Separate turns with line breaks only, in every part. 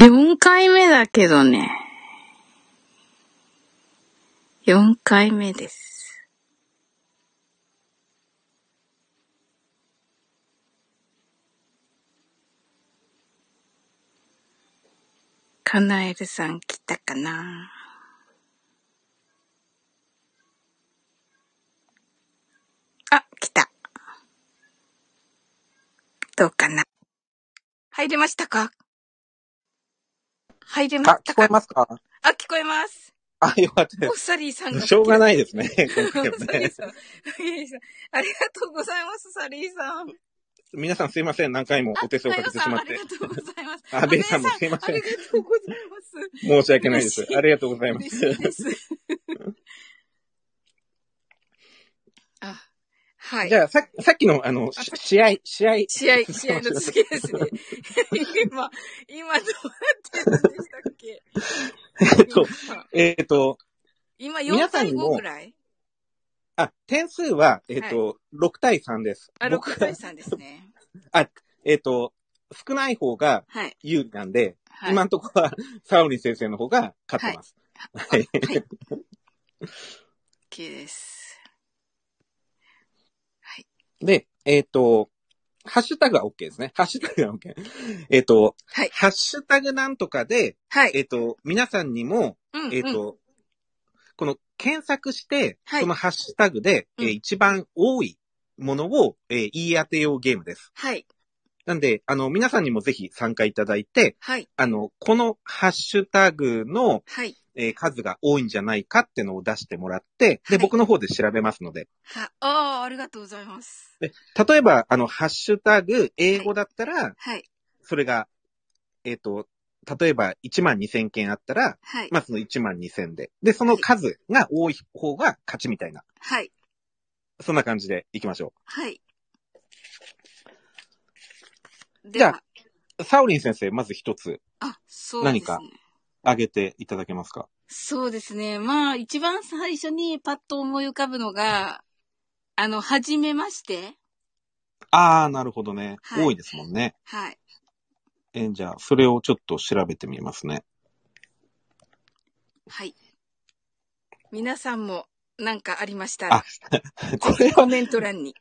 4回目だけどね。4回目です。カナエルさん来たかなあ、来た。どうかな入りましたか入りまし
あ、
た
聞こえ
か
ますか
あ、聞こえます。
あ、よかったで
お
す。
サリーさんが
しょう
来
が
る。
ないですね、今回 は
サリー
ね。
さん。サリーさん。ありがとうございます、サリーさん。
皆さんすいません、何回も
あ、
お手数をお
ナ
か
ヨ
けして
さ
し
ん、
まっ
あり
て。
がとうございます。
あ、
ア
ベ
ネ
イさんも
さん、
すいま
あ
せ
り
ん。
がとうございます。
申し訳ない
嬉
で
し
す。
い。
ありがとうございます。
嬉しいです。あ、は
じ
い。
ゃあ、ささっきの、あの、
あ、
し
さっき、
試合、試合、
試合、試合の
話を
次ですね。今、今どうなってるんでしたっけ
えっと、
今、
えっと、
今4
皆さん
対
に
5ぐ
も、
らい
あ、点数は、えっ
はい。
と、6対3です。
あ、6
僕
対
が、
3ですね。
あ、えっと、少ない方が
はい。
有利なんで、
はい。
今のところは、 サウリン先生の方が勝って
はい。
ます。は
あ、
い。
はい。OK です。はい。
で、えっと、ハッシュタグは OK ですね。ハッシュタグは OK。えっと、
はい。
ハッシュタグなんとかで、
はい。
えっと、皆さんにも、
うん
えっ
うん。
と、この検索して、
は
そ
い。
のハッシュタグで、
う
えー
ん。
一番多いものを、えー言い当てようゲームです。
はい。
なんで、あの、皆さんにもぜひ参加いただいて、
はい。
あの、このハッシュタグの、
はい。
えー数が多いんじゃないかってのを出してもらって、
は
で、
い。
僕の方で調べますので。
は、ああ、ありがとうございます。
で例えば、あの、ハッシュタグ、英
はい。
語だったら、
はい。
それがえっ、と、例えば1万2000件あったら、
はい。
まあその1万2000で。で、そ
は
の
い。
数が多い方が勝ちみたいな。
はい。
そんな感じでいきましょ
はい。
う。
で
じゃ
は、
あ、サオリン先生、まず一つ
あ、そう
何
です
か
ね。
挙げていただけますか
そうですね。まあ、一番最初にパッと思い浮かぶのが、あの、はじめまして。
あー、なるほどね。
は
多い
い。
ですもんね。
はい。
えーじゃあ、それをちょっと調べてみますね。
はい。皆さんも何かありました
あ、
ら、ぜ
こ
ひ
れ
コ
は、
メント欄に。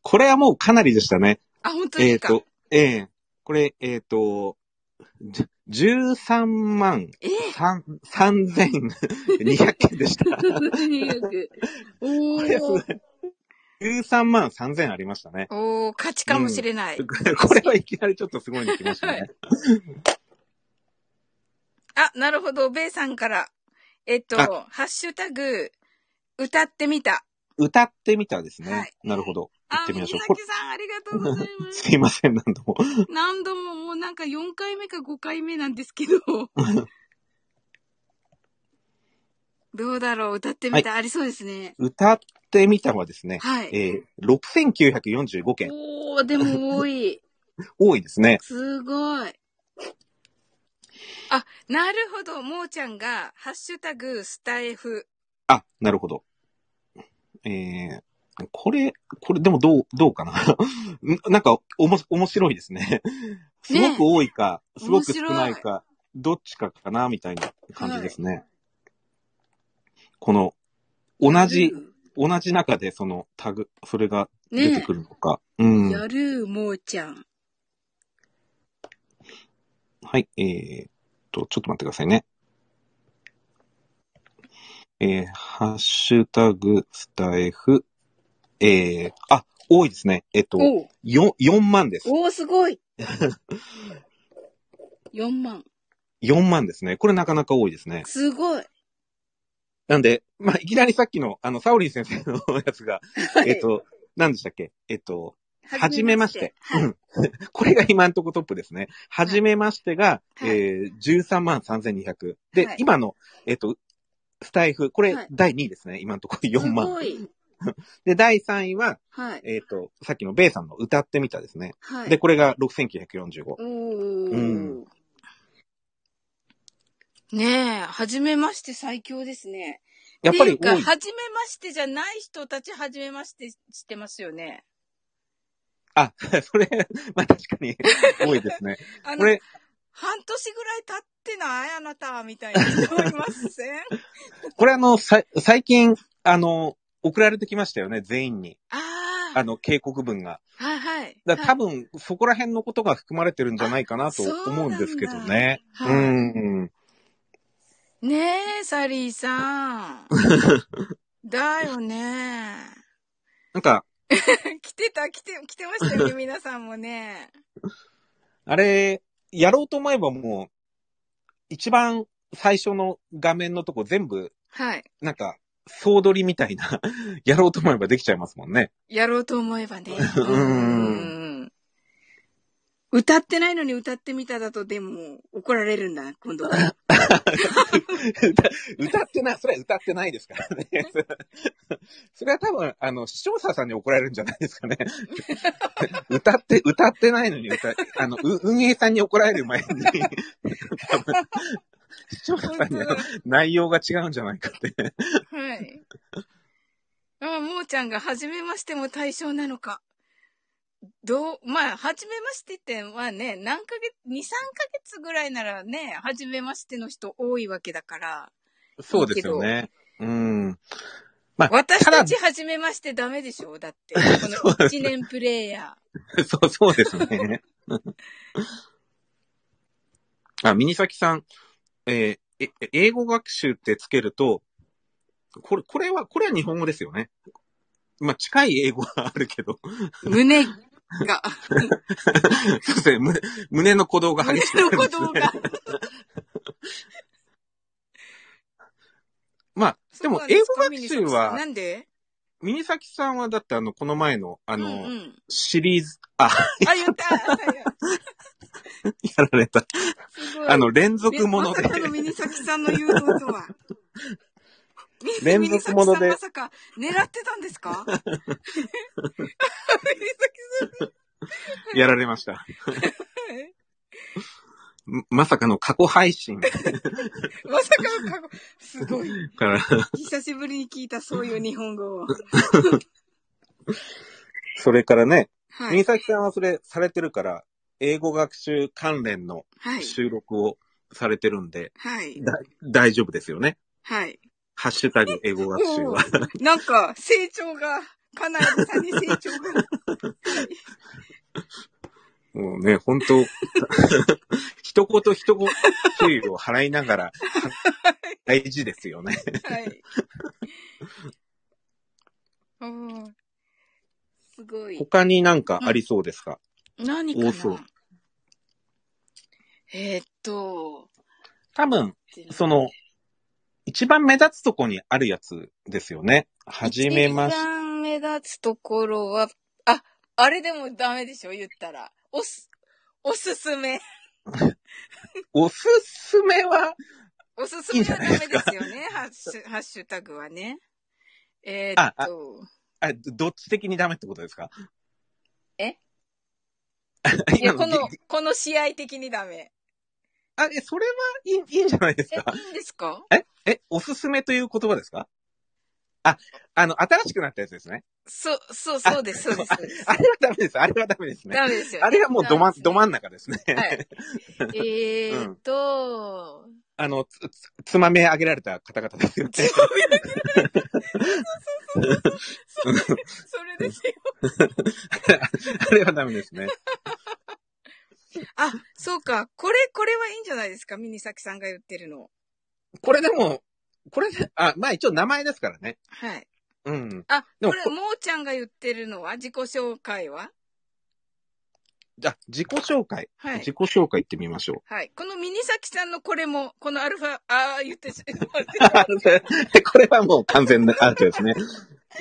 これはもうかなりでしたね。
あ、本当で
え
す
っ、
か
と、ええこれ、えっ、と、じ13万
ええ
3 3200件でした。
200。
これ す
お
ご
ー。
い。13万3000ありましたね。
おー、勝ち
う
かもし
ん。
れない。
これはいきなりちょっとすごいの来ました
はい。
ね。
あ、なるほど。ベイさんから。えっ
あ、
と、ハッシュタグ、歌ってみた。
歌ってみたです
は
ね。
い。
なるほど。行っ
あ、
てみ
宮
ましょう。こ
崎さん、ありがとうござい
れ
ます
いません、何度も。
す。何度ももうなんか4回目か5回目なんですけ ど、どうだろう歌って
は
み
い。
た。ありそうですね。
歌ってみたはですね、
はい。
えー、6945件。
おー、でも多い。
多いですね。
すごい。あ、なるほど。もーちゃんが、ハッシュタグ、スタイフ。
あ、なるほど。えー、これ、これでもどう、どうかな。 んなんか、おも、面白いですね。すごく
ね
多いか、
え、
す
面
ごく少な
白
い
い。
か、どっちかかな、みたいな感じ
は
で
い。
すね。この、
や
同じ、
る
同じ中でそのタグ、それが出て
ね
くるのか。う
え。
ん。
やるもーちゃん。
はい、えーっと、ちょっと待ってくださいね。えー、ハッシュタグ、スタイフ、えー、あ、多いですね。えっと、
おう。
4、4万です。
おー、すご い。4万。
4万ですね。これなかなか多いですね。
すごい。
なんで、まあ、いきなりさっきの、あの、サオリン先生のやつが、
は
えっ
い。
と、何でしたっけえっと、
はじ
は
め
じ
ま
めま
し。
してて。
は
う
い。
ん。 これが今んとこトップですね。は
は
じ
い。
めましてが、え
はい。
ー、13万3200。で、
はい。
今の、えっと、スタイフ、これ
はい。
第2位ですね。今のところ4
す
万。
ごい。
で、第3位は、
はい。
えっ、と、さっきのベイさんの歌ってみたですね。
は
で、
い。
これが6945。うん。
おー。ねえ、はじめまして最強ですね。っ
やってぱ
いう
り
か、
多い。
はじめましてじゃない人たちはじめましてしてますよね。
あ、それ、まあ確かに多いですね。
あ
こ
の、
れ、
半年ぐらい経ってないあなた、みたいな人いま せん
これあの、さい最近、あの、送られてきましたよね、全員に。
ああ
あ。の、警告文が。
はいはい。
だから多分、そこら辺のことが含まれてるんじゃないかなと
あそう
思うんですけどね。
なん
う
だはい
ん、うん。
ねえ、サリー さん。だよね。
なんか、
来てた、来て、来てました よね、皆さんもね。
あれ、やろうと思えばもう、一番最初の画面のとこ全部、
はい。
なんか、総取りみたいな、 やろうと思えばできちゃいますもんね。
やろうと思えばね。
うん
うん歌ってないのに歌ってみただとでも怒られるんだ、今度は。
歌 歌ってない、それは歌ってないですからね。 それは多分、あの、視聴者さんに怒られるんじゃないですかね。 歌って、歌ってないのに歌、あの、う運営さんに怒られる前に、 多分視聴者さんに
本当だ
内容が違うんじゃないかって。
はい。 あ、もーちゃんが、初めましても対象なのか。どう、まあ、初めましてって、まあね、何ヶ月、2、3ヶ月ぐらいならね、初めましての人多いわけだから、
そうですよね。うん。
私
ただ
たち初めましてダメでしょだって、こ の1年プレイヤ
そう、そうですね。 あ、ミニサキさん、えーえ、英語学習ってつけると、これ、これは、これは日本語ですよね。まあ、近い英語はあるけど、
ー。胸が、
そうですね、胸胸の鼓動が
胸
激しく
の
なるんで
鼓
す
動
ね
が。
まあ、でも英語学習は
な、んで
ミニサキさんはだってあの、この前の、あ
あ
の、
うんうん、
シリーズ、あ、
あ、言った
やられた。
すごい
あの、連続もの
ま
で
さ。かのミニサキさんの言うことは。
連続もので
ミニサキさんまさか狙ってたんです かミニサキ
やられました。ままさかの過去配信
さんまさかの過去。すごい。
から、
久しぶりに聞いたそういう日本語を。
それからね、
は
ミニ
い。
サキさんはそれされてるから、英語学習関連の
はい。
収録をされてるんで、
はい。
だ大丈夫ですよね。
はい。
ハッシュタグ英語学習は。
なんか、成長が、かなりさんに成長が。
もうね、本当一言一言注意を払いなが ら、大事ですよね。
はい。おーすごい。
他になんかありそうですか、
何か
多そう
なえーっと、
多分、その、一番目立つとこにあるやつですよね。はじめまし
一番目立つところは、あ、あれでもダメでしょ言ったら。おす、おすすめ。
おすすめは、
おすすめはダメですよね。ハッシュ、ハッシュタグはね。えーっと、
あ、どっち的にダメってことですか
えい や、
今の
この
ぎ、
この試合的にダメ。
あ、え、それはいい、いいんじゃないです
え、
か
いいんですか
ええ、おすすめという言葉ですかあ、あの、新しくなったや つですね。
そう、そう、そうです、そうです。そうです
あれはダメです。あれはダメですね。
ダメですよね。
あれはもうどま、ど
ダ
真ん中ですね。
メですね。はい。えーっと、
あの、つ、つつまめ上げられた方々です よね。
それ、それですよ。
あれはダメですね。
あ、そうか。これ、これはいいんじゃないですかミニサキさんが言ってるの。
これでも、これで、あ、まあ一応名前ですからね。
はい。
うん。
あ、
でも
これ、
こ
もーちゃんが言ってるのは自己紹介は
じゃあ自己紹介。
はい
自己紹介行ってみましょう。
はい。このミニサキさんのこれも、このアルファ、ああ、言ってしまっ
あの これはもう完全なアウトですね。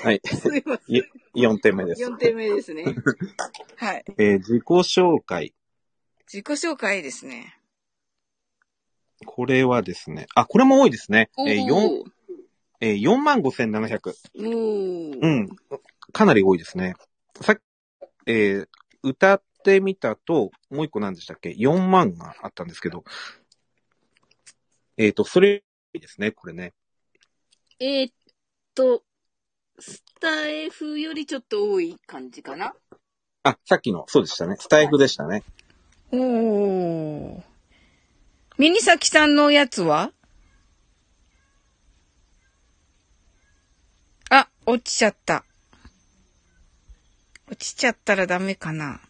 はい。
て、すいません。
4点目 です。
4点目ですね。はい。
えー自己紹介。
自己紹介ですね。
これはですね。あ、これも多いですね。
お
えー、4、
ー。
えー、45,700。
おー。
うん。かなり多いですね。さっえー歌ってみたと、もう一個何でしたっけ ?4 万があったんですけど。えっ、と、それですね、これね。
えーっと、スタイフよりちょっと多い感じかな
あ、さっきの、そうでしたね。スタイフでしたね。
おー。ミニサキさんのやつはあ、落ちちゃった。落ちちゃったらダメかな。